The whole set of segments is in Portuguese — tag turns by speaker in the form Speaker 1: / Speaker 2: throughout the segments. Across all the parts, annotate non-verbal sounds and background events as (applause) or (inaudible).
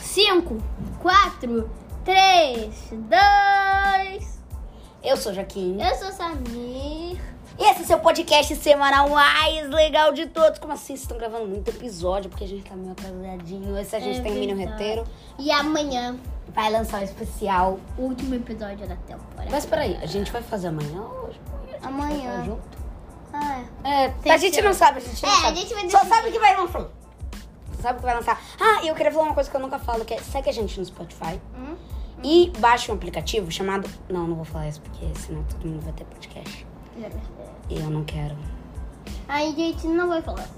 Speaker 1: 5, 4, 3, 2.
Speaker 2: Eu sou Jaquim.
Speaker 1: Eu sou Samir.
Speaker 2: E esse é o seu podcast semanal mais legal de todos. Como assim? Vocês estão gravando muito episódio porque a gente tá meio atrasadinho. Esse a gente
Speaker 1: É
Speaker 2: tem mini
Speaker 1: verdade.
Speaker 2: reteiro.
Speaker 1: E amanhã,
Speaker 2: Vai lançar o especial.
Speaker 1: o último episódio da temporada.
Speaker 2: Mas peraí, a gente vai fazer amanhã ou hoje?
Speaker 1: Amanhã.
Speaker 2: Vai junto?
Speaker 1: Ah, é.
Speaker 2: É,
Speaker 1: Tem
Speaker 2: a gente
Speaker 1: que-
Speaker 2: não sabe, a gente não
Speaker 1: É, a
Speaker 2: sabe.
Speaker 1: gente vai
Speaker 2: Só
Speaker 1: decidir.
Speaker 2: sabe que vai lançar. Só Sabe que vai lançar. Ah, e eu queria falar uma coisa que eu nunca falo, que é segue a gente no Spotify.
Speaker 1: Hum?
Speaker 2: E baixe um aplicativo chamado... Não, não vou falar isso, porque senão todo mundo vai ter podcast.
Speaker 1: É
Speaker 2: E eu não quero.
Speaker 1: Aí a gente não vai falar.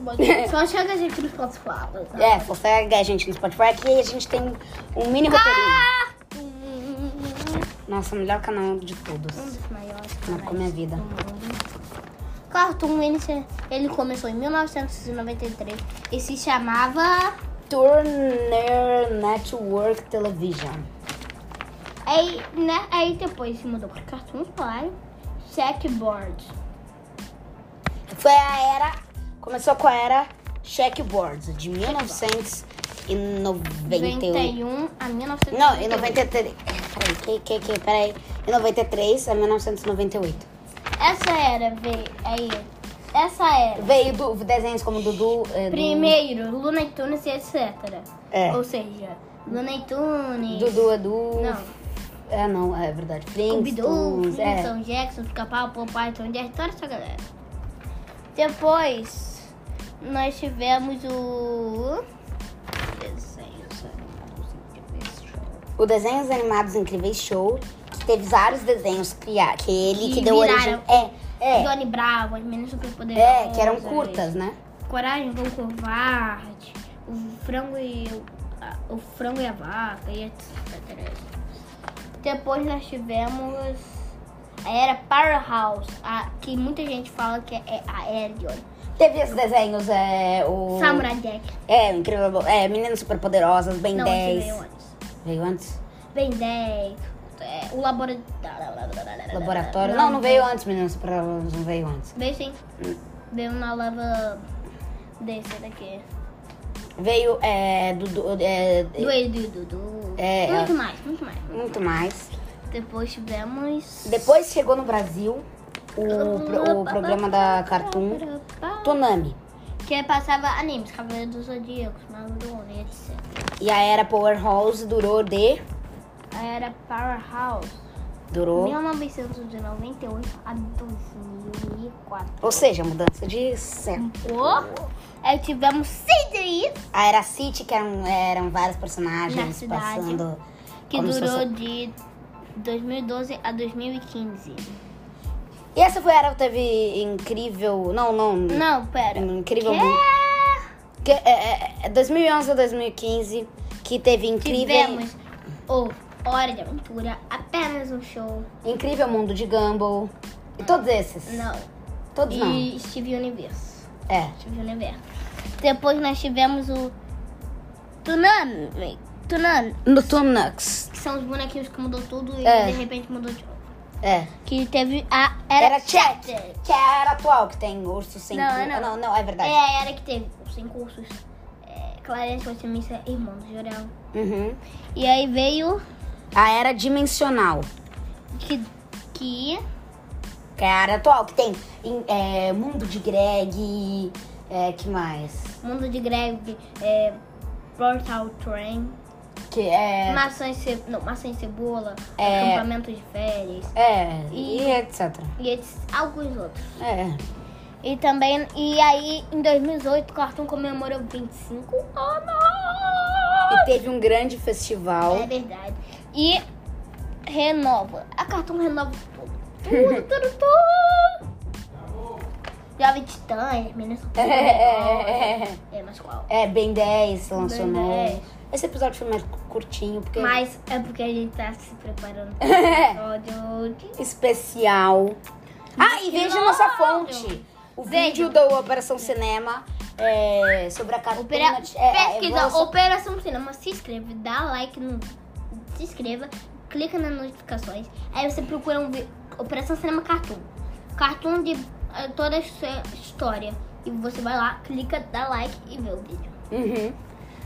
Speaker 1: Só chega a gente nos pontos falas.
Speaker 2: É, só segue a gente no Spotify, que a gente tem um mini roteirinho. Nossa, o melhor canal de todos.
Speaker 1: Um dos maiores
Speaker 2: Marcou minha vida.
Speaker 1: do mundo. Cartoon, ele, se- ele começou em 1993 e se chamava...
Speaker 2: Turner Network Television.
Speaker 1: Aí, né, aí depois se mudou pra Cartoon, claro. Checkboard.
Speaker 2: Foi a era. Começou com a era Checkboards, de
Speaker 1: 91
Speaker 2: 1991.
Speaker 1: a 1993.
Speaker 2: Não, em 93. Peraí, que, que, que, peraí. Em 93 a 1998.
Speaker 1: Essa era, veio aí. Essa era.
Speaker 2: Veio do, desenhos como Dudu. eh, do-
Speaker 1: Primeiro, Luna e Tunes e etc.
Speaker 2: É.
Speaker 1: Ou seja, Luna e Tunes.
Speaker 2: Dudu, Edu.
Speaker 1: Não.
Speaker 2: É, não, é verdade.
Speaker 1: Scooby-Doo,
Speaker 2: Flintstones. É.
Speaker 1: São Jackson, Pica-Pau, Popeye, Tom Jerry, toda essa galera. Depois, nós tivemos o... Desenhos animados incríveis.
Speaker 2: O Desenhos Animados Incríveis Show, que teve vários desenhos criar, que ele que,
Speaker 1: Que
Speaker 2: deu origem.
Speaker 1: viraram.
Speaker 2: É, é.
Speaker 1: Johnny Bravo, as meninas superpoderosas.
Speaker 2: É, que eram curtas, né?
Speaker 1: Coragem com covarde, o frango e a- o frango e a vaca e etc. Depois nós tivemos a era Powerhouse, a, que muita gente fala que é a Elion.
Speaker 2: Teve esses desenhos, é. O...
Speaker 1: Samurai Jack.
Speaker 2: É, o incrível. É, Meninas Superpoderosas, Ben
Speaker 1: Não, esse
Speaker 2: 10.
Speaker 1: veio antes.
Speaker 2: Veio antes?
Speaker 1: Bem 10. é, o laboratório.
Speaker 2: Laboratório. Não, não veio antes, Meninas Superpoderosas, não veio antes.
Speaker 1: Veio sim. Veio na leva desse daqui.
Speaker 2: Veio, é. Dudu. É,
Speaker 1: Do Edu e Dudu.
Speaker 2: É,
Speaker 1: muito
Speaker 2: é.
Speaker 1: mais, muito mais.
Speaker 2: muito mais.
Speaker 1: Depois tivemos.
Speaker 2: Depois chegou no Brasil o, pro- o programa da Cartoon Tonami.
Speaker 1: Que passava animes, Cavaleiro dos Zodíacos, Mago do Homem, etc.
Speaker 2: E a era Powerhouse durou de.
Speaker 1: Aí Era Powerhouse,
Speaker 2: Durou.
Speaker 1: 1998 a 2004.
Speaker 2: Ou seja, mudança de século.
Speaker 1: Pô, Aí tivemos Sidney,
Speaker 2: A Era City, que eram, eram vários personagens
Speaker 1: Na cidade.
Speaker 2: passando.
Speaker 1: que
Speaker 2: como se
Speaker 1: durou
Speaker 2: fosse-
Speaker 1: de 2012 a 2015.
Speaker 2: E essa foi a Era Teve Incrível. Não, não.
Speaker 1: Não, pera.
Speaker 2: Incrível. Mundo-
Speaker 1: Que?
Speaker 2: Que, é, é, é 2011 a 2015, que teve Incrível,
Speaker 1: Tivemos o Hora de Aventura, apenas um show.
Speaker 2: incrível Mundo de Gumball. E todos esses.
Speaker 1: Não.
Speaker 2: Todos não.
Speaker 1: E Steve Universo.
Speaker 2: É.
Speaker 1: Steve Universo. Depois nós tivemos o Tsunami. Tsunami.
Speaker 2: No Tunux.
Speaker 1: Que são os bonequinhos que mudou tudo e
Speaker 2: É.
Speaker 1: de repente mudou de novo.
Speaker 2: É.
Speaker 1: Que teve a Era,
Speaker 2: Era Chat,
Speaker 1: Chester.
Speaker 2: que é a era atual, que tem urso sem
Speaker 1: Não,
Speaker 2: cu-
Speaker 1: não.
Speaker 2: não, não, é verdade.
Speaker 1: É a Era que teve os sem cursos. É, Clarence, Otimista, Irmão do Jorel.
Speaker 2: Uhum.
Speaker 1: E aí veio
Speaker 2: A era dimensional.
Speaker 1: que... que
Speaker 2: Que é a área atual, que tem em- é, Mundo de Greg, é, que mais?
Speaker 1: Mundo de Greg, é, Portal Train,
Speaker 2: Que é.
Speaker 1: Maçã e, ce... não, maçã e Cebola,
Speaker 2: É.
Speaker 1: Acampamento de Férias
Speaker 2: É,
Speaker 1: E-
Speaker 2: e, etc.
Speaker 1: e esses- alguns outros.
Speaker 2: É.
Speaker 1: E também, e aí em 2008 o Cartoon comemorou 25 anos!
Speaker 2: E teve um grande festival.
Speaker 1: É verdade. E renova. A Cartoon renova tudo. Tudo, tudo, tudo! Jovem Titãs, Meninas Superpoderosas.
Speaker 2: É,
Speaker 1: É, mas qual?
Speaker 2: Ben 10 lançou
Speaker 1: Ben
Speaker 2: novo.
Speaker 1: 10.
Speaker 2: Esse episódio foi mais curtinho, porque.
Speaker 1: Mas é porque a gente tá se preparando para o episódio de
Speaker 2: (laughs) Especial. Ah, e veja a nossa
Speaker 1: Claro.
Speaker 2: fonte. O
Speaker 1: Veja.
Speaker 2: vídeo da Operação Cinema é, sobre a cartuna.
Speaker 1: Opera...
Speaker 2: é, a
Speaker 1: Pesquisa
Speaker 2: evolução-
Speaker 1: Operação Cinema, se inscreve, dá like no. Se inscreva, clica nas notificações. Aí você procura um vi- Operação Cinema Cartoon. Cartoon de eh, toda a sua história. E você vai lá, clica, dá like e vê o É. vídeo.
Speaker 2: Uhum.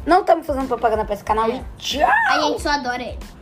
Speaker 2: Não estamos fazendo propaganda pra esse canal
Speaker 1: É.
Speaker 2: e tchau!
Speaker 1: A gente só adora ele.